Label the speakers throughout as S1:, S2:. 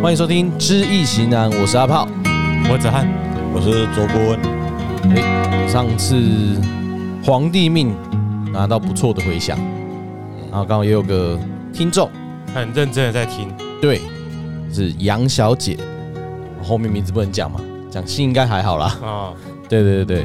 S1: 欢迎收听《知易行难》，我是阿炮。
S2: 我子翰，
S3: 我是周伯温，
S1: 上次皇帝命拿到不错的回响，然后刚好也有个听众，
S2: 很认真的在听，
S1: 对，是杨小姐，后面名字不能讲嘛，讲姓应该还好啦。
S2: 啊，
S1: 对对对对，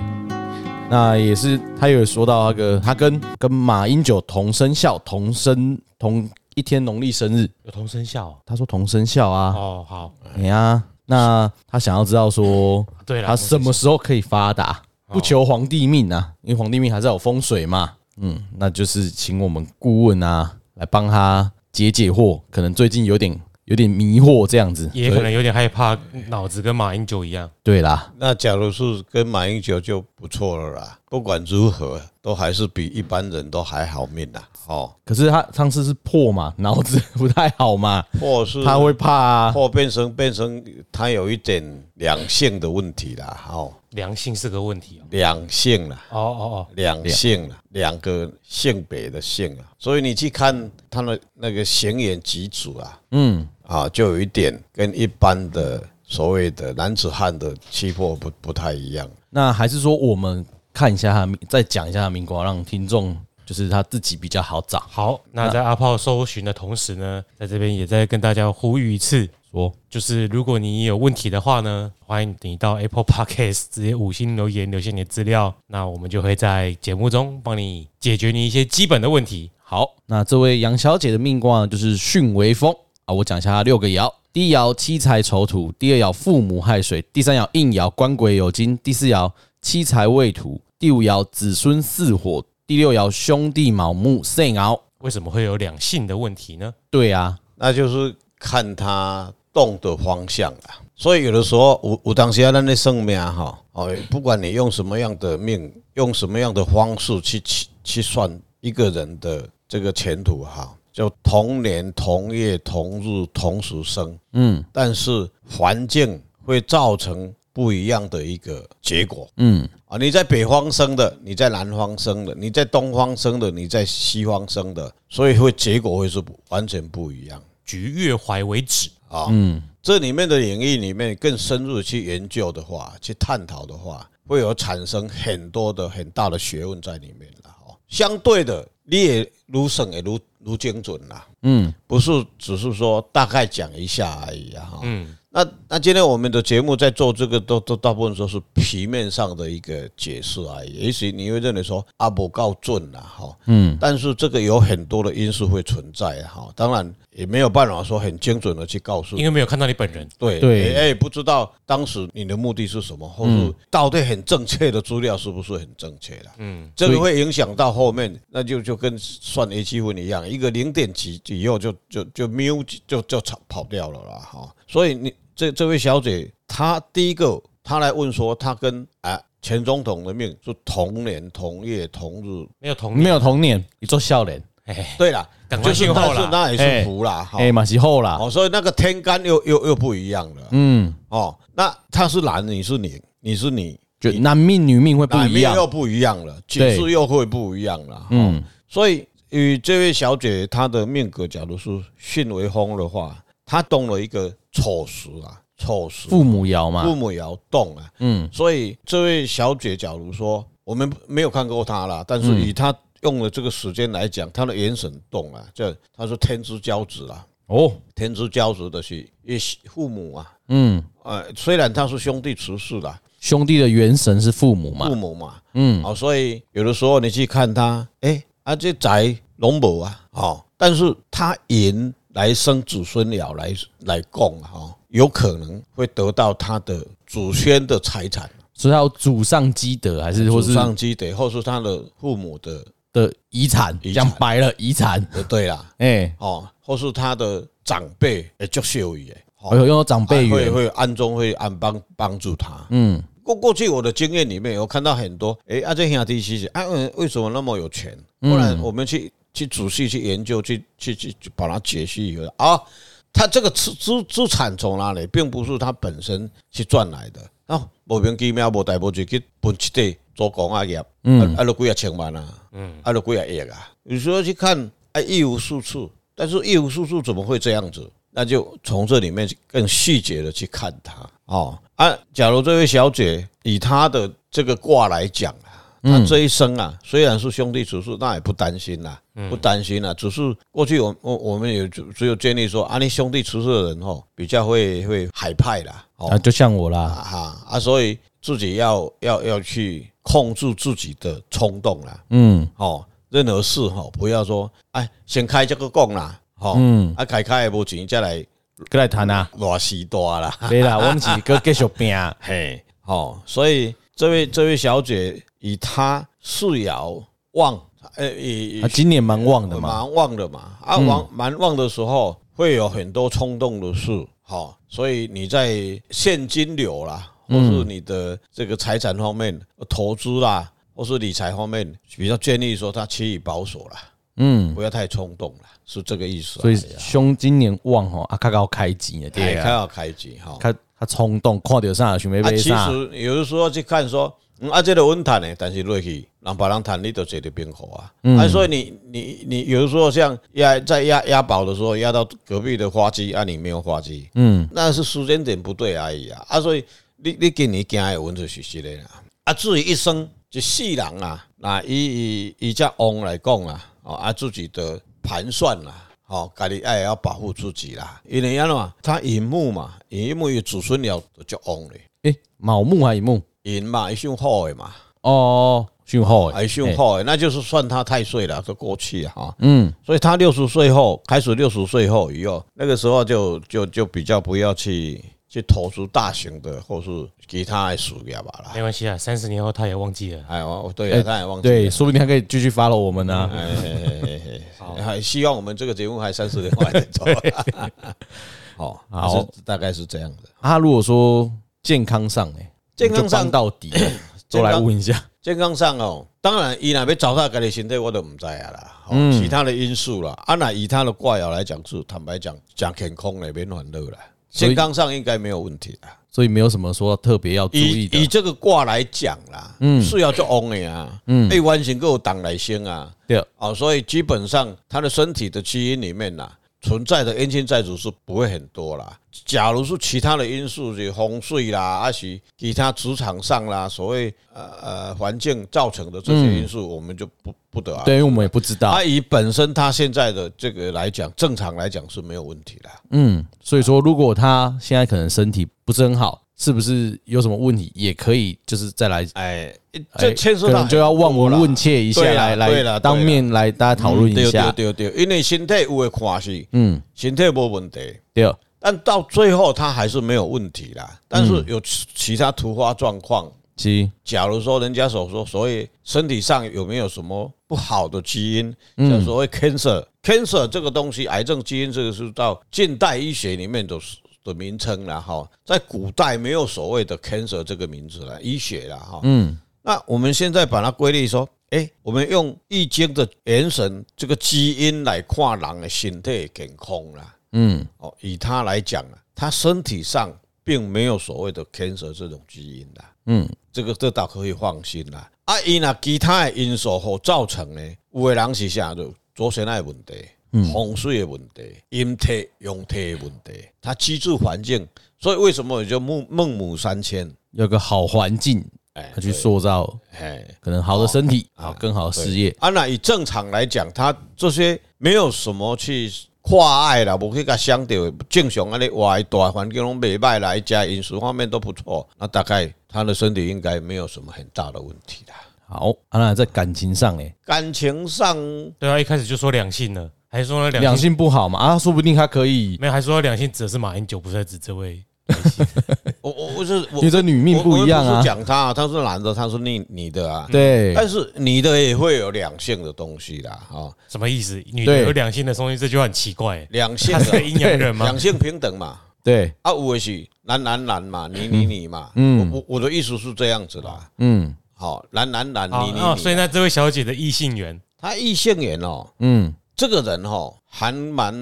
S1: 那也是她有说到那个，她跟跟马英九同生肖，同生同一天农历生日，
S2: 有同声效哦
S1: 她说同生肖啊，
S2: 哦，好，
S1: 哎呀，那她想要知道说。
S2: 对了，
S1: 他什么时候可以发达？不
S2: 哦
S1: 求皇帝命啊，因为皇帝命还是要有风水嘛。嗯，那就是请我们顾问啊来帮他解解惑，可能最近有点有点迷惑这样子。
S2: 也可能有点害怕，脑子跟马英九一样，
S1: 对啦，
S3: 那假如是跟马英九就不错了啦，不管如何，都还是比一般人都还好命啦。哦，
S1: 可是他上次是破嘛， 脑子不太好嘛，
S3: 或
S2: 嗯
S3: 是
S1: 他会怕啊。
S3: 或变成变成他有一点两性的问题啦。哦，
S2: 良性是个问题哦
S3: 两性啦，
S2: 哦哦哦，
S3: 两性啦，两个性别的性啊。所以你去看他的那个行演几组啊，
S1: 嗯，
S3: 啊，就有一点跟一般的所谓的男子汉的气魄不不太一样。
S1: 那还是说我们看一下他的命，再讲一下他的民国，让听众就是他自己比较好找。
S2: 好，那在阿炮搜寻的同时呢，在这边也再跟大家呼吁一次，
S1: 说
S2: 就是如果你有问题的话呢，欢迎你到 Apple Podcast 直接五星留言，留下你的资料，那我们就会在节目中帮你解决你一些基本的问题。
S1: 好，那这位杨小姐的命卦呢就是巽为风啊。我讲一下她六个爻：第一爻七财丑土，第二爻父母亥水，第三爻应爻官鬼酉金，第四爻七财未土，第五爻子孙巳火，第六爻兄弟卯木肾爻。
S2: 为什么会有两性的问题呢？
S1: 对啊，
S3: 那就是看他动的方向啦。所以有的时候，我我当时要让那生命哈，哦，不管你用什么样的命，用什么样的方式去去去算一个人的这个前途哈，就同年同月同日同时生，
S1: 嗯
S3: 但是环境会造成不一样的一个结果。
S1: 嗯，
S3: 啊，你在北方生的，你在南方生的，你在东方生的，你在西方生的，所以会结果会是不完全不一样。
S2: 橘越怀为止，
S3: 啊，嗯，这里面的领域里面更深入去研究的话，去探讨的话，会有产生很多的很大的学问在里面了哦。相对的，你也如省也如如精准啦，
S1: 嗯，
S3: 不是只是说大概讲一下而已啊。哈
S2: 嗯，
S3: 那那今天我们的节目在做这个，都都大部分都是皮面上的一个解释而已。也许你会认为说啊，不够准啦，哈，嗯，但是这个有很多的因素会存在哈，当然也没有办法说很精准的去告诉
S2: 因为没有看到你本人。
S3: 对
S1: 对
S3: 哎、哎不知道当时你的目的是什么，或是到底很正确的资料是不是很正确的？嗯，这个会影响到后面，那就就跟算 A 积分一样，一个零点几以后就就就喵就就跑跑掉了啦哈。所以你这这位小姐，她第一个她来问说，她跟啊前总统的命是同年同月同日，
S2: 没有同理
S1: 没有童年，你做笑脸，
S3: 对啦
S2: 赶，快
S3: 就是
S2: 讯号
S3: 但
S2: 啦
S3: 是那也
S1: 哎
S3: 是福啦哈。
S1: 哎，马西后啦，
S3: 哦，所以那个天干又又又不一样了。
S1: 嗯，
S3: 哦，那他是男，你是你，你是你，
S1: 就男命女命会不
S3: 男
S1: 一
S3: 命
S1: 样，
S3: 又不一样了，解释又会不一样了。嗯，所以与这位小姐她的命格，假如是巽为风的话，她动了一个丑时啊，丑时
S1: 父母爻嘛
S3: 父，母也要动啊。
S1: 嗯，
S3: 所以这位小姐，假如说我们没有看过她啦，但
S1: 嗯
S3: 是以她用的这个时间来讲，她的元神动啊，这她说天之骄子啦，
S1: 哦，
S3: 天之骄子的是也是父母啊。
S1: 嗯，
S3: 呃，虽然他是兄弟出世啦，
S1: 兄弟的元神是父母嘛
S3: 父，母嘛，嗯，哦，所以有的时候你去看他，哎、啊，这宅龙某啊，哦，但是他引来生子孙鸟来来供啊，哦，有可能会得到他的祖先的财产，
S1: 所以他有祖上积德还是或
S3: 祖
S1: 是
S3: 上积德，或是他的父母 的，
S1: 的遗产，
S3: 遗
S1: 讲
S3: 产
S1: 白了遗产，
S3: 呃对啦，
S1: 哎，
S3: 哦，或是他的长辈欸也就秀也，
S1: 我哎有用到长辈
S3: 哦啊会
S1: 缘，
S3: 会暗中会暗帮帮助他，
S1: 嗯，
S3: 过过去我的经验里面，有看到很多，诶，啊，这兄弟其实啊，嗯为什么那么有钱？
S1: 嗯
S3: 后来我们去去仔细去研究，去去去去把它解析以后啊，他这个资资资产从哪里，并不是他本身去赚来的。啊，莫名其妙无代无志去分一块做工啊业，嗯，啊，落几啊千万啊，嗯，啊，落几啊亿啊。有时候去看啊一无是处，但是一无是处怎么会这样子？那就从这里面更细节的去看它哦。啊，假如这位小姐以她的这个卦来讲啊，她这一生啊，虽然是兄弟主数，那也不担心啦、不担心啦、只是过去我我我们有只只有建议说啊，你兄弟出事的人哦，比较会会海派啦，哦
S1: 啊，就像我啦，
S3: 啊啊，所以自己要要要去控制自己的冲动啦，
S1: 嗯，
S3: 哦，任何事哈、哦，不要说哎，先开这个供啦，哦，
S1: 嗯
S3: 啊，开开也无钱，再来
S1: 过来谈 啊，
S3: 偌时大啦，
S1: 对啦，我们是个继续拼，啊
S3: 嘿，哦，所以这位这位小姐以她四爻旺，呃，以以
S1: 啊，今年蛮旺的嗯嘛，
S3: 蛮旺的嘛，啊，旺蛮旺的时候会有很多冲动的事，好、所以你在现金流啦，或
S1: 嗯
S3: 是你的这个财产方面、投资啦，或是理财方面，比较建议说他趋于保守啦，
S1: 嗯，
S3: 不要太冲动啦，是这个意思啊。
S1: 所以兄今年旺吼，啊，较高开机的
S3: 哎
S1: 对
S3: 开
S1: 啊，
S3: 好开机哈。
S1: 较较冲动，看到啥想要
S3: 啊，
S1: 买
S3: 其
S1: 啥，
S3: 实有的时候去看说，嗯，啊，这个稳谈的，但是落去人别人谈，你都坐在边口啊。啊，所以你你你有的时候像压在压压宝的时候，压到隔壁的花机啊，你没有花机，
S1: 嗯，
S3: 那是时间点不对而已啊。啊，所以你你今年惊的稳就是实的啦。啊，至于一生一世人啊，那以以以这翁来讲啊，哦啊自己的盘算啦、哦，家己爱要保护自己啦，因为安怎他寅木嘛，寅木有子孙了就翁咧。
S1: 诶，卯木还是乙木？
S3: 银嘛，一上好的嘛，
S1: 哦，讯号
S3: 一上好的，那就是算他太岁了，都过去了哈。
S1: 嗯，
S3: 所以他六十岁后，开始六十岁后以后，那个时候就就就比较不要去去投资大型的或是其他的事业吧啦。
S2: 没关系啊，三十年后他也忘记了。
S3: 哎，我对啊，他也忘记
S1: 对，
S3: 了。
S1: 说不定还可以继续 follow 我们啊呢。
S3: 哎哎哎 哎哎，还希望我们这个节目还三十年后还在做。 好，
S1: 好
S3: 是大概是这样的。
S1: 啊，如果说健康上，哎，
S3: 健康上
S1: 我们就帮到底， 都来问一下。
S3: 健康上哦，当然伊若要糟蹋家己身体，我都唔知啊啦。哦
S1: 嗯
S3: 其他的因素啦，啊那以他的卦爻来讲，是坦白讲，讲健康那边烦恼啦，
S1: 所以
S3: 健康上应该没有问题啦。
S1: 所以没有什么说特别要注
S3: 以
S1: 意
S3: 以
S1: 的。
S3: 这个卦来讲啦，嗯，是要做翁的啊，嗯，被完全够党来先啊，
S1: 对，
S3: 哦，所以基本上他的身体的基因里面呐、存在的冤亲债主是不会很多啦。假如是其他的因素，是风水啦，还是其他职场上啦，所谓呃呃环境造成的这些因素，我们就不不得而知
S1: 嗯对，因为我们也不知道
S3: 他。以本身他现在的这个来讲，正常来讲是没有问题的。
S1: 嗯，所以说，如果他现在可能身体不是很好，是不是有什么问题，也可以就是再来，
S3: 哎，
S1: 哎
S3: 这牵涉
S1: 可
S3: 到
S1: 能就要望
S3: 我
S1: 闻问切一下，
S3: 对啦
S1: 来
S3: 啊对啦
S1: 来
S3: 对啦
S1: 当面来大家讨论一下。
S3: 对对对对，因为身体有的看是，
S1: 嗯，
S3: 身体没问题，
S1: 对，
S3: 但到最后他还是没有问题啦。但是有其其他突发状况，
S1: 七，
S3: 假如说人家所说，所以身体上有没有什么不好的基因，
S1: 嗯
S3: 像所谓 cancer，cancer、cancer 这个东西，癌症基因这个是到近代医学里面的的名称了哈，在古代没有所谓的 cancer 这个名字了，医学了哈。
S1: 嗯，
S3: 那我们现在把它归类说，诶，我们用《易经》的元神这个基因来看人的身体健康啦。
S1: 嗯，
S3: 哦，以他来讲啊，他身体上并没有所谓的 cancer 这种基因啦。
S1: 嗯，
S3: 这个这倒可以放心啦。啊，因啊其他的因素所造成呢，有的人是啥就左旋的问题、风水的问题、阴体、阳体的问题，他居住环境，所以为什么也就孟孟母三迁？
S1: 有个好环境，
S3: 哎
S1: 他去塑造
S3: 哎，
S1: 可能好的身体，好更好的事业。
S3: 啊，那以正常来讲，他这些没有什么去跨爱啦，无去甲相对正常安尼活的大环境拢袂歹啦，家饮食方面都不错，那大概他的身体应该没有什么很大的问题啦。
S1: 好，啊，那在感情上哎呢，
S3: 感情上，
S2: 对啊，一开始就说两性了，还说了两
S1: 两
S2: 性，
S1: 性不好嘛，啊，说不定他可以，
S2: 没有，还说两性指的是马英九，不是指这位。
S3: 我我我是我
S1: 因为这女命不一样
S3: 我我
S1: 啊
S3: 是。讲他、啊，他是男的，他是你你的啊，
S1: 对，
S3: 但是你的也会有两性的东西啦，啊、哦，
S2: 什么意思？女的
S1: 对
S2: 有两性的东西，这句话很奇怪、欸。
S3: 两性
S2: 他是个
S3: 的
S2: 阴阳人吗啊
S3: 两？性平等嘛。
S1: 对，
S3: 啊，有的是男男男嘛，你你你嘛，
S1: 嗯
S3: 嗯，我我的意思是这样子啦，
S1: 嗯
S3: 好，男男男，
S2: 好
S3: 你你
S2: 哦，所以
S3: 你，
S2: 那这位小姐的异性缘，
S3: 他异性缘哦，
S1: 嗯，
S3: 这个人哦，还蛮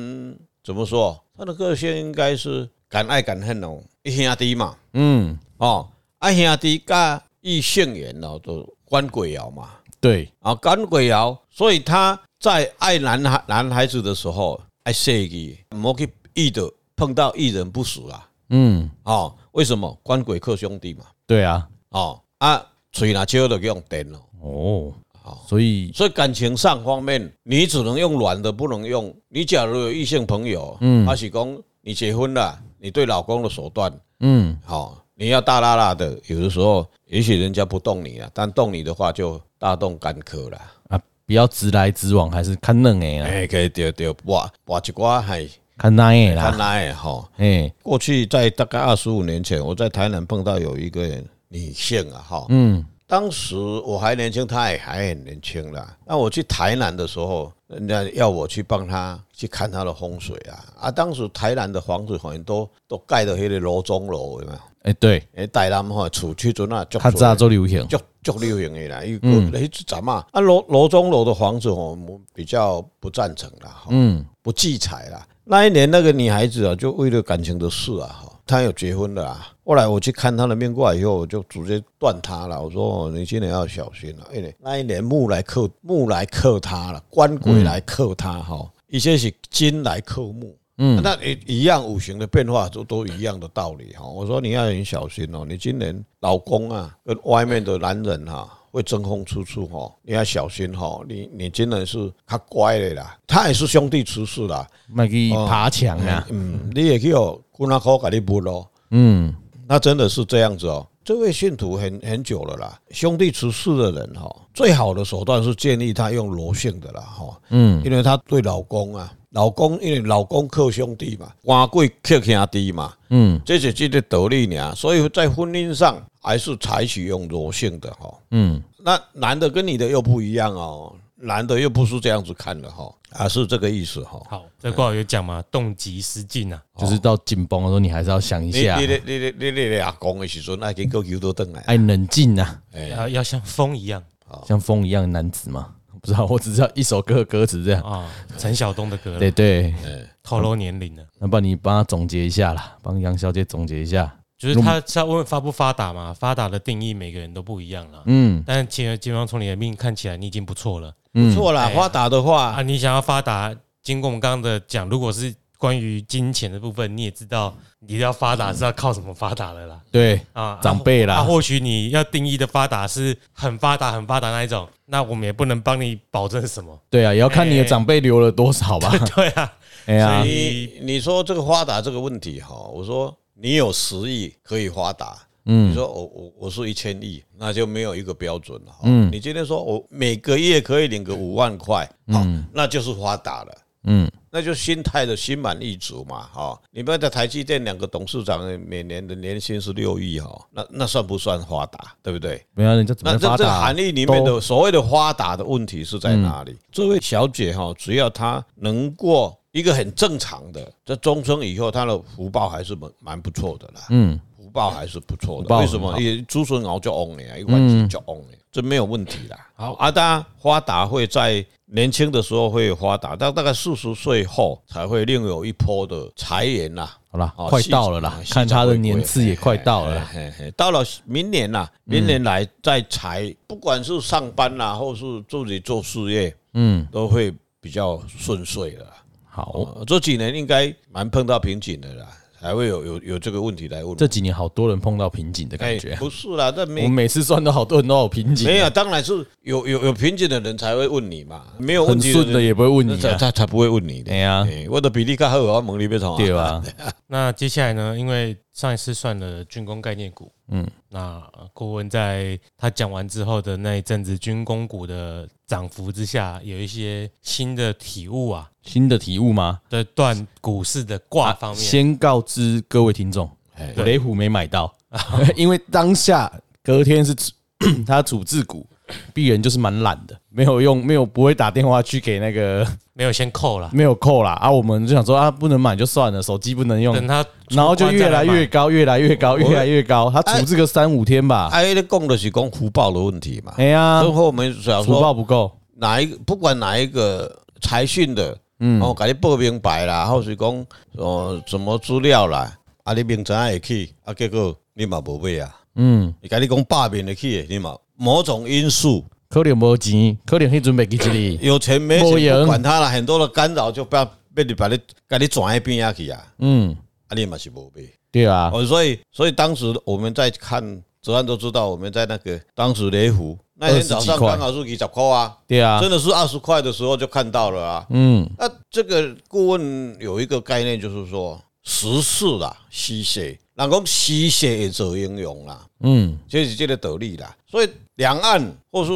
S3: 怎么说？他的个性应该是敢爱敢恨哦，兄弟嘛，
S1: 嗯，
S3: 哦，啊兄弟加异性缘哦，都官鬼爻嘛，
S1: 对，
S3: 啊官鬼爻，所以他在爱男孩男孩子的时候爱设计，莫去遇到碰到一人不熟啦。
S1: 嗯，
S3: 哦，为什么官鬼克兄弟嘛？
S1: 对啊，
S3: 哦啊，嘴拿椒的用电了。
S1: 哦
S3: 好，
S1: 所以
S3: 所以感情上方面，你只能用软的，不能用。你假如有异性朋友，
S1: 嗯
S3: 嗯，他是讲你结婚了，你对老公的手段，
S1: 嗯，
S3: 好、你要大拉拉的，有的时候也许人家不动你了，但动你的话就大动干戈了。
S1: 啊，不要直来直往，还是看嫩哎啦，
S3: 哎、可以对对，哇哇一瓜还
S1: 看那哎
S3: 看
S1: 啦，
S3: 来哈。
S1: 哎，
S3: 过去在大概二十五年前，我在台南碰到有一个女性啊，哈，
S1: 嗯
S3: 当时我还年轻，她也还很年轻啦。那我去台南的时候，人家要我去帮她去看她的风水啊。啊，当时台南的房子很多都盖到迄个楼中楼，有没有？
S1: 哎，对，
S3: 诶，台南吼厝去阵啊，足
S1: 他早做流行，
S3: 足足流行的啦，因为迄阵阵嘛，啊楼楼中楼的房子吼，我们比较不赞成啦，哈
S1: 嗯
S3: 不忌财啦。那一年那个女孩子啊，就为了感情的事啊，哈，她有结婚了啊。后来我去看她的面卦以后，我就直接断她了。我说、哦你今年要小心了、因为那一年木来克木来克她了，官鬼来克她哈，一些是金来克木。
S1: 嗯
S3: 啊那也一样，五行的变化都都一样的道理哈。我说你要很小心哦，你今年老公啊跟外面的男人哈、会争风吃醋哈，你要小心哈。你你今年是较乖的啦，他也是兄弟出世啦，
S1: 卖去爬墙啊，
S3: 嗯，你也去哦，姑那口给你补咯。
S1: 嗯
S3: 那真的是这样子哦。这位信徒很很久了啦，兄弟出世的人哈、哦最好的手段是建议他用柔性的啦哈、
S1: 嗯
S3: 因为她对老公啊，老公因为老公克兄弟嘛，官贵克兄弟嘛，
S1: 嗯
S3: 这是这个道理呢。所以在婚姻上还是采取用柔性的哈、
S1: 嗯，
S3: 那男的跟你的又不一样哦，男的又不是这样子看的哈、啊是这个意思哈、
S2: 好，这卦有讲嘛，动极失禁啊，
S1: 就是到紧绷的时候，你还是要想一
S3: 你
S1: 下
S3: 哦你，的你的你的你的阿公的时阵，爱经过球都等来，
S1: 爱冷静啊，
S3: 哎，
S2: 要要像风一样
S3: 哦
S1: 像风一样的男子嘛， 不知道，我只知道一首歌的歌词这
S3: 哦
S1: 样，
S2: 啊。陈晓东的歌
S1: 对对，
S3: 哎
S2: 透露年龄了，
S1: 那帮你帮他总结一下啦，帮杨小姐总结一下，
S2: 就是他他问发不发达嘛，发达的定义每个人都不一样啦。
S3: 哦
S1: 嗯
S2: 但基基本上从你的命看起来，你已经不错了
S3: 不
S1: 嗯，
S3: 错啦。
S2: 哎呀
S3: 发达的话
S2: 啊。，你想要发达，经过我们刚刚的讲，如果是关于金钱的部分，你也知道你要发达是要靠什么发达的啦。
S1: 对，
S2: 啊，
S1: 长辈啦
S2: 啊，或许你要定义的发达是很发达、很发达那一种，那我们也不能帮你保证什 么。
S1: 对啊，也要看
S2: 哎
S1: 你的长辈留了多少 吧。
S2: 对啊，
S1: 哎呀，
S2: 所以
S3: 你你说这个发达这个问题哈，我说你有十亿可以发达，你
S1: 嗯
S3: 说我我我是一千亿，那就没有一个标准了。
S1: 嗯
S3: 嗯，你今天说我每个月可以领个五万块，好，那就是发达了。
S1: 嗯，
S3: 那就心态的心满意足嘛，哈、你不要在台积电两个董事长每年的年薪是六亿哈，那那算不算发达，对不对？
S1: 没有人家怎么
S3: 那
S1: 样
S3: 这
S1: 发
S3: 这个
S1: 达
S3: 含义里面的所谓的发达的问题是在哪
S1: 嗯
S3: 里？这位小姐哈，只要她能过一个很正常的，这终生以后她的福报还是蛮蛮不错的啦。
S1: 嗯，
S3: 福报还是不错
S1: 福
S3: 的，
S1: 报
S3: 为
S1: 很
S3: 什么
S1: 好？
S3: 也朱顺鳌就 on 了，一万子就 on 了，这没有问题 啦。好，啊，当然发达会在年轻的时候会发达，到大概四十岁后才会另有一波的财源啦。
S1: 好啦，
S3: 哦
S1: 快到了啦
S3: 西，
S1: 看他的年次
S3: 哎
S1: 也快到了啦。
S3: 嘿嘿，到了明年啦、
S1: 嗯
S3: 明年来再财，不管是上班啦、或是自己做事业，
S1: 嗯，
S3: 都会比较顺遂了。
S1: 好，
S3: 哦，这几年应该蛮碰到瓶颈的啦，才会有有有这个问题来问我。哎
S1: 这几年好多人碰到瓶颈的感觉啊。
S3: 不是啦，这
S1: 我
S3: 没
S1: 们每次算都好多人都有瓶颈
S3: 没
S1: 啊，
S3: 有，当然是有有有瓶颈的人才会问你嘛，没有问
S1: 很
S3: 题
S1: 顺的
S3: 人
S1: 也不会问
S3: 那
S1: 你
S3: 才
S1: 啊。
S3: 他才不会问你的。
S1: 哎呀，
S3: 哎我的比例较好，我蒙你别从
S1: 对啊吧？
S2: 那接下来呢？因为上一次算了军工概念股，
S1: 嗯
S2: 嗯，那顾问在他讲完之后的那一阵子，军工股的涨幅之下，有一些新的体悟啊，
S1: 新的体悟吗？
S2: 在断股市的卦方面，
S1: 啊先告知各位听众，
S3: 哎
S1: 我雷虎没买到， 因为当下隔天是他处 置股，鄙人就是蛮懒的，没有用，没有不会打电话去给那个
S2: 没有先扣了，
S1: 没有扣啦啊，我们就想说啊，不能买就算了，手机不能用，
S2: 等他
S1: 嗯然后就越来越高，越来越高，越来越高，他处置个三五天吧，
S3: 哎，你讲的是讲福报的问题嘛。
S1: 哎呀
S3: 最，后我们想
S1: 福报
S3: 说
S1: 不够，
S3: 哪一个，不管哪一个财讯的，嗯，我给你报明白啦，或是讲哦什么资料啦，啊，你明早会去，啊，结果你嘛无买啊，
S1: 嗯，
S3: 伊甲你讲罢免的去的，你嘛某种因素。
S1: 可能没钱，可能去准备去这里，
S3: 有钱没
S1: 没
S3: 钱
S1: 用
S3: 不管他了，很多的干扰就不要被你把你给你转一边下去啊。
S1: 嗯，
S3: 啊，你嘛是无买。
S1: 对啊，
S3: 哦，所以所以当时我们在看，泽安都知道我们在那个当时雷湖那天早上
S1: 20几块
S3: 刚好是几十块啊，
S1: 对啊，
S3: 真的是二十块的时候就看到了啊。
S1: 嗯，
S3: 那这个顾问有一个概念，就是说时事啦，时事，人讲时事也做应用啦，
S1: 嗯，
S3: 这是这个道理啦。所以两岸或是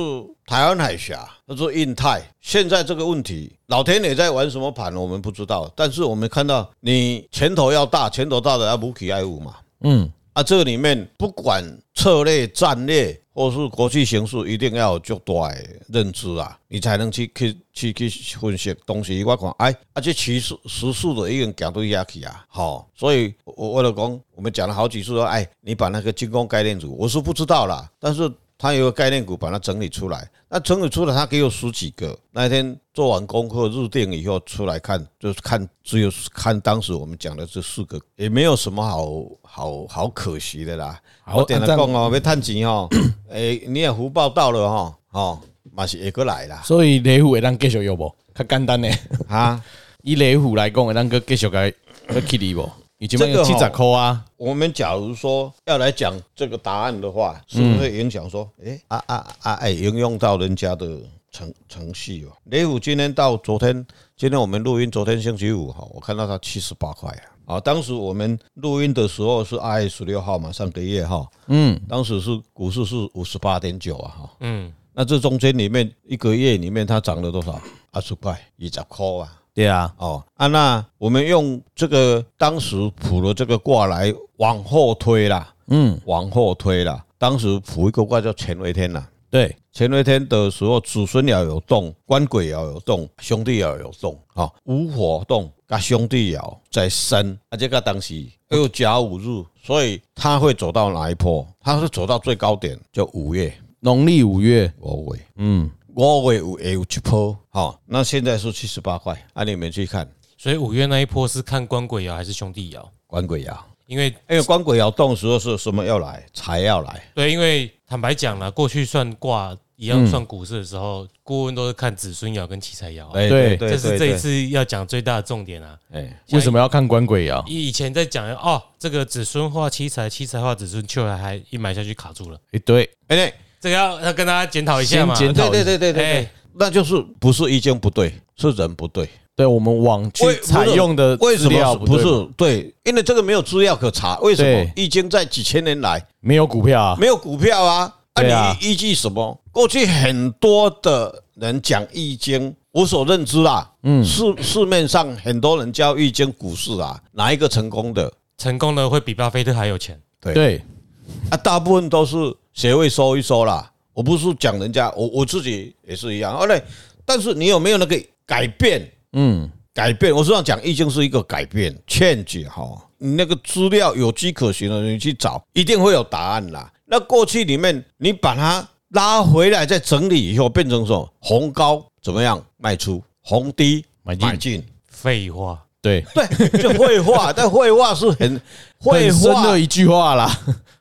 S3: 台湾海峡，或是印太，现在这个问题，老天爷在玩什么盘，我们不知道。但是我们看到，你拳头要大，拳头大的要武器爱物嘛。
S1: 嗯，
S3: 啊，这里面不管策略、战略，或是国际形势，一定要有足大的认知啊，你才能去去去去分析。当时我看，哎，啊，这趋势时事的已经行到遐去啊，好，所以我我我就讲，我们讲了好几次说，哎，你把那个进攻概念股，我是不知道啦，但是他有个概念股把它整理出来，那整理出来，他给我十几个。那一天做完功课入定以后出来看，就是看只有看当时我们讲的这四个，也没有什么好好好可惜的啦。
S1: 好
S3: 我点了
S1: 啊这
S3: 讲
S1: 样
S3: 哦，要探钱哦， 诶，你也福报到了哦，哦，嘛是会过来啦
S1: 所以雷虎会当继续有无？较简 单呢，
S3: 啊。
S1: 以雷虎来讲，会当个继续个个 k i t 无？已经
S3: 这个
S1: 卖
S3: 吼
S1: 七十块啊，
S3: 我们假如说要来讲这个答案的话，是不是会影响说，诶，啊啊啊，哎，应用到人家的程程序哦？雷虎今天到昨天，今天我们录音，昨天星期五哈，我看到它七十八块啊。啊，当时我们录音的时候是二月十六号嘛，上个月哈，嗯，当时是股市是五十八点九啊哈，
S2: 嗯，
S3: 那这中间里面一个月里面它涨了多少？二十块，一十块啊。
S1: 对啊，
S3: 哦啊，那我们用这个当时卜的这个卦来往后推啦，
S1: 嗯，
S3: 往后推啦。当时卜一个卦叫乾为天啦，
S1: 对，
S3: 乾为天的时候，子孙爻有动，官鬼爻有动，兄弟爻有动，啊、哦，无火动，加兄弟爻在生，啊，这个当时又甲午入，所以他会走到哪一波？他是走到最高点，就五月
S1: 农历五月，
S3: 五月，
S1: 嗯，
S3: 五月有会有一波，好、那现在是七十八块，啊，你们去看
S2: 所以五月那一波是看官鬼爻还是兄弟爻？
S3: 官鬼爻。
S2: 因为
S3: 因为官鬼要动的时候是什么要来，财要来，
S2: 对，因为坦白讲了，过去算卦一样算股市的时候，顾问都是看子孙爻跟七财爻啊，
S1: 哦对
S2: 这是这一，
S3: 哎对
S2: 次要讲最大的重点啊。
S3: 哎，
S1: 为什么要看官鬼啊爻？
S2: 以前在讲哦，这个子孙化七财，七财化子孙，就还还一买下去卡住了，
S1: 诶，对，
S3: 哎对，
S2: 这个要要跟大家检讨一下嘛。
S1: 先检讨
S3: 对对对对对对
S2: 哎，
S3: 那就是不是易经不对，是人不对，
S1: 对我们往去
S3: 为
S1: 采用的
S3: 为什
S1: 资料
S3: 么不
S1: 对
S3: 是对？因为这个没有资料可查，为什么
S1: 对
S3: 易经在几千年来
S1: 没有股票啊？
S3: 没有股票啊？
S1: 对
S3: 啊，
S1: 啊
S3: 你依据什么？过去很多的人讲易经，我所认知啦，嗯，市市面上很多人教易经股市啊，哪一个成功的？
S2: 成功的会比巴菲特还有钱。
S3: 对
S1: 对，
S3: 啊，大部分都是学位收一收啦。我不是讲人家，我我自己也是一样。后来，但是你有没有那个改变？
S1: 嗯，
S3: 改变，我是要讲，易经是一个改变，change 哈。你那个资料有迹可循的，你去找，一定会有答案啦。那过去里面，你把它拉回来，再整理以后，变成什么？红高怎么样卖出，红低
S1: 买进
S3: 买进，
S2: 废话，
S1: 对，
S3: 对，就绘画。但绘画是很绘
S1: 很深
S3: 画
S1: 的一句话啦。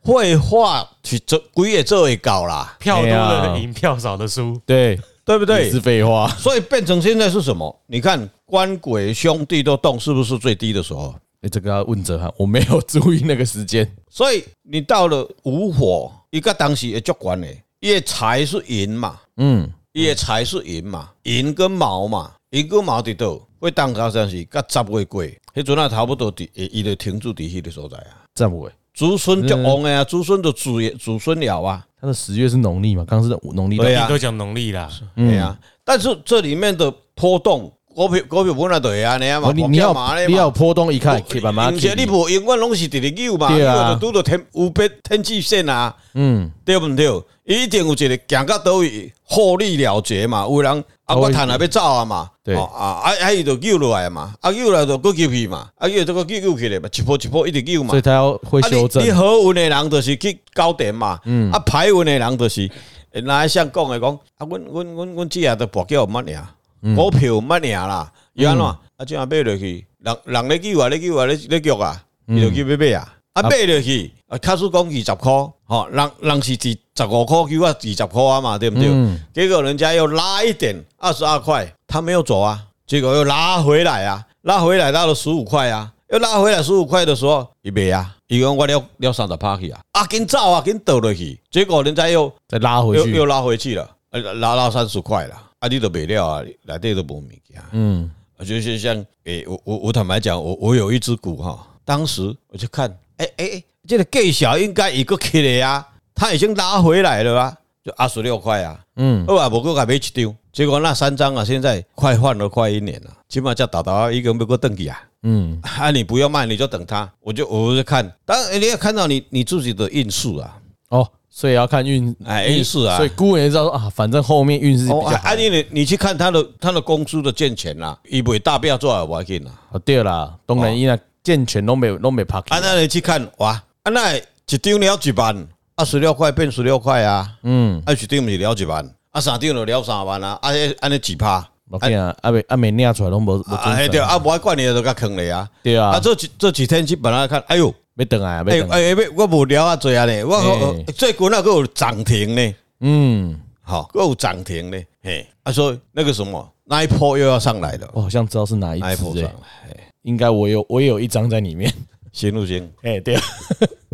S3: 绘画是做鬼也做会搞啦，
S2: 票多
S1: 哎呀
S2: 的赢，票少的输。
S1: 对，
S3: 对不 对
S1: 也？是废话。
S3: 所以变成现在是什么？你看官鬼兄弟都动，是不是最低的时候？
S1: 哎，这个要问哲涵，我没有注意那个时间。
S3: 所以你到了午火，一个当时也足管的，叶财是寅嘛，
S1: 嗯，
S3: 叶财是寅嘛，寅跟卯嘛，寅跟卯伫倒，会当高山是甲十月过，迄阵啊差不多伫，伊就停住伫迄个所在啊。
S1: 站不稳。
S3: 子孙足旺
S1: 嗯
S3: 的啊，子孙就子也子孙了啊，
S1: 他的十月是农历嘛？刚刚是农历的
S3: 对啊
S2: 你都讲农历啦，
S1: 嗯
S3: 对啊。但是这里面的波动，股票股票本来就会安尼啊嘛，
S1: 哦你
S3: 股
S1: 你
S3: 票
S1: 要
S3: 嘛安尼
S1: 你
S3: 嘛
S1: 要波动一看，可以哎慢慢
S3: 而且你
S1: 看。
S3: 无永远拢是直直扭嘛，
S1: 对啊
S3: 你就拄到天有别天际线啊，
S1: 嗯，
S3: 对不对？伊一定有一个行到倒位，获利了结嘛。有人
S1: 哦
S3: 啊，我趁啊要走啊嘛，
S1: 对
S3: 哦啊啊啊，伊就扭落来嘛，啊扭来就搁扭去嘛，啊扭这个扭扭起来嘛，一波一波一直扭嘛
S1: 所以。他要会
S3: 啊，
S1: 修
S3: 你
S1: 正嗯
S3: 你。好运的人就是去高点嘛，啊歹运的人就是，呃哪像讲的讲，啊，阮阮阮阮姐啊，都博叫捌赢，
S1: 嗯
S3: 股票捌赢啦，伊安怎啊？怎啊买落去，人人咧叫啊，咧叫啊，咧咧叫啊，伊就去买买啊，
S1: 嗯
S3: 啊买落去，啊，卡数讲二十箍吼，人人是二十五箍叫啊，二十箍啊嘛，对不对？
S1: 嗯
S3: 结果人家又拉一点，二十二块，他没有走啊，结果又拉回来啊，拉回来到了十五块啊，要拉回来十五块的时候，伊袂啊，伊讲我了了三十趴去啊，啊，紧走啊，紧倒落去，结果人家又
S1: 再拉回
S3: 又
S1: 去
S3: 又，拉回去了，啊拉到三十块了，啊，你都卖了啊，内底都无物件。
S1: 嗯，
S3: 我就是像诶、我我我坦白讲，我我有一只股哈，当时我就看，诶诶诶，这个价小应该一个起来啊，它已经拉回来了啊，就二十六块啊，
S1: 嗯
S3: 嗯，后来我搁甲买一张，结果那三张啊，现在快换了快一年了，啊起码叫达达已经要搁登去啊。
S1: 嗯，
S3: 啊，你不要卖，你就等它。我就我就看，当然你要看到你你自己的运势啊，
S1: 哦，所以要看运，
S3: 哎运势啊
S1: 所以姑也知道说啊，反正后面运势比较
S3: 哦，啊，
S1: 好
S3: 啊你你你去看它的它的公司的健全啦，伊袂大不做也啊无要紧啦。
S1: 哦，对啦，当然伊若健全拢没拢没拍
S3: 啊，那你去看哇，啊那一张了一万，啊十六块变十六块啊，
S1: 嗯，
S3: 啊一张毋是了一万，啊三张就了三万啊，啊那安尼几趴，
S1: 无要紧啊，啊未啊未领出来拢无无
S3: 啊嘿
S1: 准
S3: 对，
S1: 绳，
S3: 啊无爱管你的就甲坑你啊，
S1: 对啊
S3: 啊，这几这几天去本来看，哎呦，
S1: 要等来啊，
S3: 哎
S1: 要等，
S3: 哎哎，我无聊啊多啊呢，我
S1: 哎
S3: 最近那个有涨停呢，
S1: 嗯，
S3: 好，还有涨停呢，嘿，啊所以那个什么那一波又要上来了，
S1: 我好像知道是哪一
S3: 哦那一波
S1: 只
S3: 上
S1: 欸，
S3: 来，嘿
S1: 应该我有我也有一张在里面，
S3: 行不行
S1: 哎，对啊，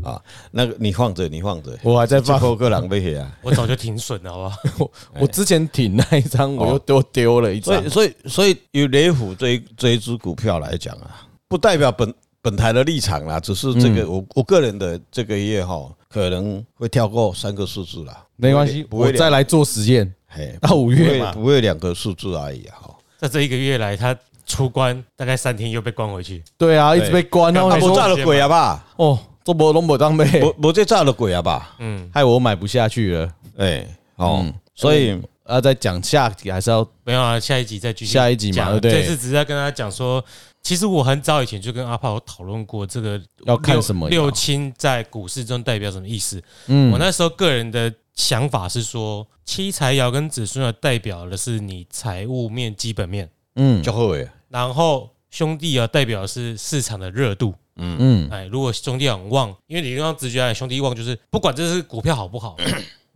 S3: 啊？那个你放着，你哦放着，
S1: 我还在
S3: 这
S1: 放，
S3: 波个人被黑啊。
S2: 我早就停损了，好不好？
S1: 我我之前挺那一张，我又丢丢了一
S3: 哎哦所
S1: 张
S3: 以，，所以，所以以雷虎这一这一只股票来讲啊，嗯不代表本本台的立场啦，只是这个我我个人的这个月哈，可能会跳过三个数字啦，
S1: 没关系，
S3: 不会
S1: 我再来做实验，
S3: 嘿，
S1: 到五
S3: 不
S1: 月
S3: 会
S1: 嘛，
S3: 不会两个数字而已啊哈。
S2: 在这一个月来，他出关大概三天又被关回去，
S1: 对啊，一直被关，然后
S3: 啊，
S1: 我
S3: 我
S1: 说
S3: 炸了鬼啊吧，
S1: 哦，这波拢无当被，
S3: 我我这炸了鬼啊吧，
S2: 嗯，
S1: 害我买不下去了。
S3: 哎，哦，所以
S1: 啊，再讲下集还是要
S2: 没有啊，下一集再继续
S1: 下一集嘛
S2: 讲
S1: 对不对
S2: 这次只是在跟他讲说，其实我很早以前就跟阿炮有讨论过这个
S1: 要看
S2: 六
S1: 什么
S2: 六亲在股市中代表什么意思。我
S1: 嗯
S2: 那时候个人的想法是说，七财爻跟子孙爻代表的是你财务面、基本面，
S1: 嗯
S3: 就后尾，
S2: 然后兄弟啊爻代表的是市场的热度。
S1: 嗯，
S2: 哎，如果兄弟很旺，因为理论上直觉来，兄弟旺就是不管这是股票好不好，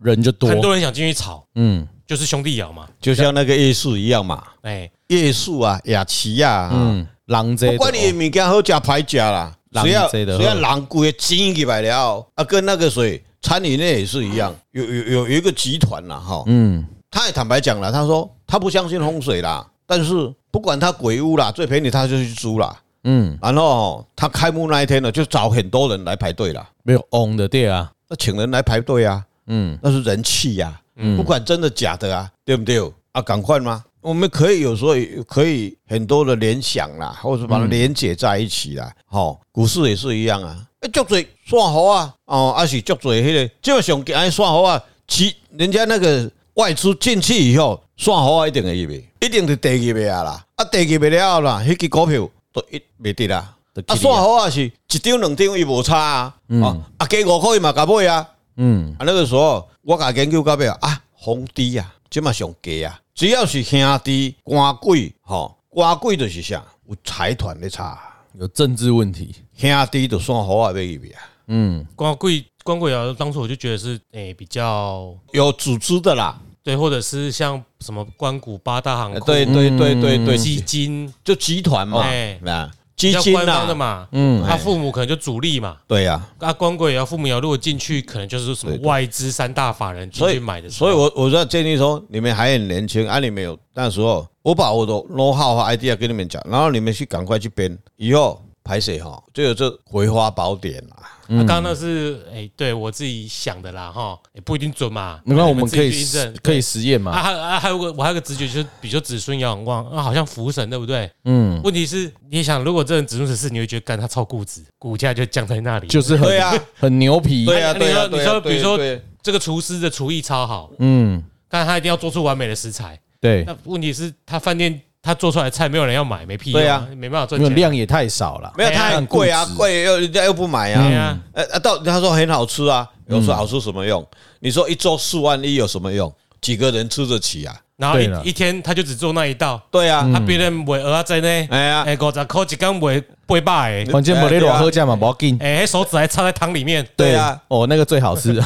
S1: 人就多
S2: 很，多人想进去炒，
S1: 嗯
S2: 就是兄弟爻嘛。
S3: 就像那个夜市一样嘛，
S2: 哎，
S3: 夜市啊，雅琪啊，
S1: 嗯，狼这
S3: 不管你的物件好食歹食啦，
S1: 人
S3: 只要
S1: 多
S3: 只
S1: 就好
S3: 要人贵钱进来了，啊，跟那个谁餐饮业也是一样，有有有有一个集团啦，哈，
S1: 嗯
S3: 他也坦白讲了，他说他不相信风水啦，但是不管他鬼屋啦，最便宜他就去租啦，
S1: 嗯，
S3: 然后哦他开幕那一天呢，就找很多人来排队啦，
S1: 没有 on 的对啊，
S3: 那请人来排队啊，
S1: 嗯
S3: 那是人气呀、
S1: 嗯
S3: 不管真的假的啊，对不对？啊，赶快吗？我们可以有时候也可以很多的联想啦，或者把它连结在一起啦。吼、股市也是一样啊，哎，足多算好啊，哦，还是足多迄、那个，基本上安算好啊，其人家那个外资进去以后，算好啊，一定会入去，一定是第二个啊啦，啊，第二个了后啦，迄支股票都一袂跌啦。
S1: 就起
S3: 啊，
S1: 来
S3: 算好啊，是一张两张伊无差啊，
S2: 嗯
S3: 啊，啊加五块伊嘛甲买啊，
S1: 嗯
S3: 啊，那个时候我甲研究到尾啊，皇帝啊，即嘛上低啊，只要是兄弟官贵吼，官贵就是啥，有财团的差，
S1: 有政治问题，
S3: 兄弟就算好啊，要入去啊，
S1: 嗯
S2: 光贵光贵爻，当初我就觉得是哎比较
S3: 有组织的啦，
S2: 对，或者是像什么关谷八大行库、
S3: 呃对对对对对，
S2: 基
S3: 集
S2: 金
S3: 就集团嘛
S2: 嗯哎，
S3: 啊，
S2: 比
S3: 基
S2: 较
S3: 金
S2: 官方的
S3: 呐，
S2: 嘛，
S1: 嗯
S2: 他父母可能就主力嘛，
S3: 对呀，
S2: 啊，光棍也要父母也要，如果进去可能就是什么
S3: 对对
S2: 外资三大法人进
S3: 所
S2: 去
S3: 以
S2: 买的时候，啊
S3: 所以我我在建议说，你们还很年轻啊，你们有那时候，我把我的 know how 和 idea 跟你们讲，然后你们去赶快去编，以后排水哈，就有这葵花宝典啦。
S2: 啊刚刚那是哎、对我自己想的啦哈，也、不一定准嘛，哎
S1: 那我们
S2: 自
S1: 可
S2: 己
S1: 以
S2: 去印证
S1: 实可以。实验
S2: 啊，
S1: 嘛，
S2: 还有啊，还有个我还有个直觉，就是比如说子孙也很旺啊，好像福神对不对？
S1: 嗯，
S2: 问题是，你想，如果这人子孙十四，你会觉得干他超固执，股价就降在那里。
S1: 就是很
S3: 对啊
S1: 很牛皮，
S3: 对啊，
S2: 你说
S3: 对啊，
S2: 你
S3: 对啊
S2: 说比如说
S3: 对啊对啊
S2: 这个厨师的厨艺超好，
S1: 嗯
S2: 但他一定要做出完美的食材。
S1: 对，
S2: 那问题是，他饭店他做出来的菜没有人要买，没屁用、
S3: 对啊
S2: 没办法赚
S1: 因为
S2: 钱。
S1: 量也太少了，
S2: 哎
S3: 没有，它很贵啊
S1: 很，固执
S3: 贵又人家又不买
S2: 对
S3: 啊。
S2: 啊，嗯
S3: 呃、啊，到他说很好吃啊，有说好吃什么用？你说一周四万一有什么用？几个人吃得起啊？
S2: 然后
S1: 对啦
S2: 一一天他就只做那一道，
S3: 对啊，
S2: 他别人卖蚵仔煎呢，
S3: 哎呀，
S2: 哎，五十块一缸卖八百 的，
S1: 反正没得多喝价嘛，不要紧。
S2: 哎，手指还插在汤里面，
S3: 对啊，
S1: 哦，那个最好吃，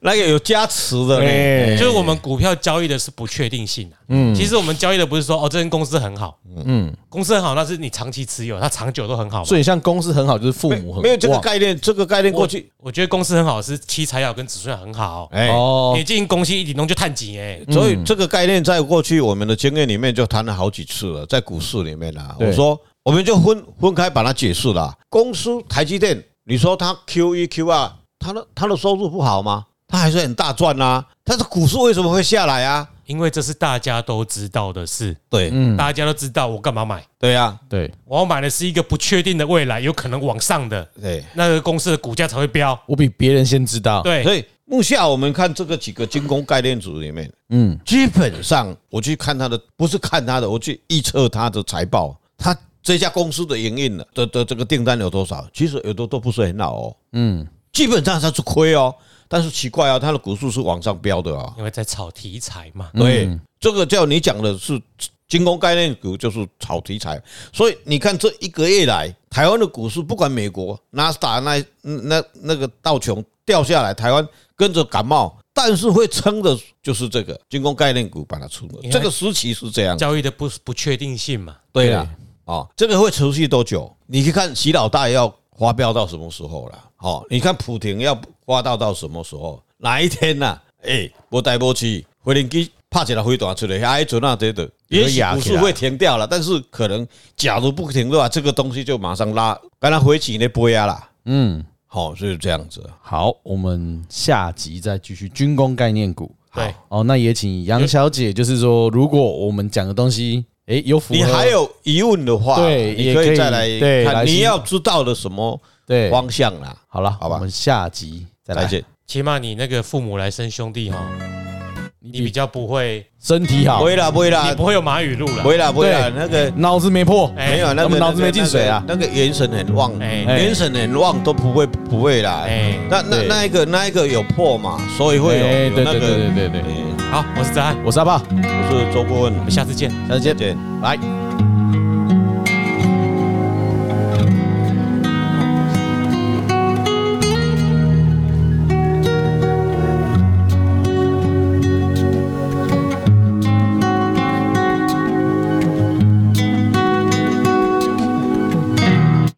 S3: 那个有加持的呢。
S1: 哎
S2: 就是我们股票交易的是不确定性啊。嗯，其实我们交易的不是说哦，这间公司很好，嗯，公司很好，那是你长期持有，它长久都很好嘛。
S1: 所以像公司很好，就是父母很
S3: 没有这个
S1: 旺
S3: 概念，这个概念过
S2: 我
S3: 去，
S2: 我觉得公司很好是七材料跟子孙很好，啊
S3: 哎，
S1: 哦
S2: 你，进公司一弄就探几哎，
S3: 所
S1: 嗯
S3: 以这个概念在过去我们的经验里面就谈了好几次了，在股市里面啦、
S1: 对
S3: 我说我们就分分开把它解释了。公司台积电，你说它 Q 一 Q 二，它的它的收入不好吗？它还是很大赚啦、但是股市为什么会下来啊？
S2: 因为这是大家都知道的事，
S3: 对
S1: 嗯，
S2: 大家都知道我干嘛买，
S3: 对啊呀、
S1: 对，
S2: 我要买的是一个不确定的未来，有可能往上的，
S3: 对，
S2: 那个公司的股价才会飙。
S1: 我比别人先知道，
S2: 对，
S3: 所以目下我们看这个几个精工概念组里面，
S1: 嗯，
S3: 基本上我去看它的，不是看它的，我去预测它的财报，它这家公司的营运的的的这个订单有多少？其实有的都不是很好哦，嗯，基本上它是亏哦，但是奇怪哦，它的股数是往上飙的哦，
S2: 因为在炒题材嘛，
S3: 对，这个叫你讲的是精工概念股，就是炒题材，所以你看这一个月来，台湾的股市不管美国纳斯达那那那个道琼掉下来，台湾跟着感冒。但是会撑的就是这个精工概念股把它出了
S2: 你，看
S3: 这个时期是这样的。
S2: 交易的不不确定性嘛，
S3: 对啦，哦，这个会持续多久？你去看习老大要发飙到什么时候啦？哦，你看普廷要发到到什么时候？哪一天呐、哎、无带无去，回零机拍起来飞弹出来，啊，迄阵啊，这的，也许股市会停掉了，但是可能假如不停的话，这个东西就马上拉，跟它回起那波呀啊啦。
S1: 嗯，
S3: 好、哦，就是这样子。
S1: 好，我们下集再继续军工概念股。
S2: 对
S1: 哦，那也请杨小姐，就是说，如果我们讲的东西，诶，有符合，
S3: 你还有疑问的话，
S1: 对
S3: 你
S1: 也
S3: 可
S1: 可
S3: 以
S1: 以
S3: 再来
S1: 对来
S3: 看你
S1: 信
S3: 要知道的什么
S1: 对，
S3: 方向啦。
S1: 好了，
S3: 好吧
S1: 我们下集再来
S3: 再。见，
S2: 起码你那个父母来生兄弟哈，你比较不会，
S1: 身体好
S3: 不，会啦，不会啦
S2: 你，不会有马语录
S3: 不
S2: 了。
S3: 会啦，不会啦，那个。
S1: 脑子没破，
S2: 哎
S3: 没有，啊那
S1: 我
S3: 个
S1: 们脑子没进水啊
S3: 那个那个元神很旺，
S2: 哎
S3: 元神很旺都不会不会啦。
S2: 哎
S3: 那那
S1: 对
S3: 那一个那一个有破嘛，所以会有
S1: 哎
S3: 有
S1: 对
S3: 那
S1: 对
S3: 个。
S1: 对对对对，
S3: 哎
S2: 好，我是子安，
S1: 我是阿爸，
S3: 我是周顾问，
S2: 我们下次见。
S1: 下次
S3: 再
S1: 见，
S3: 见。
S1: 来。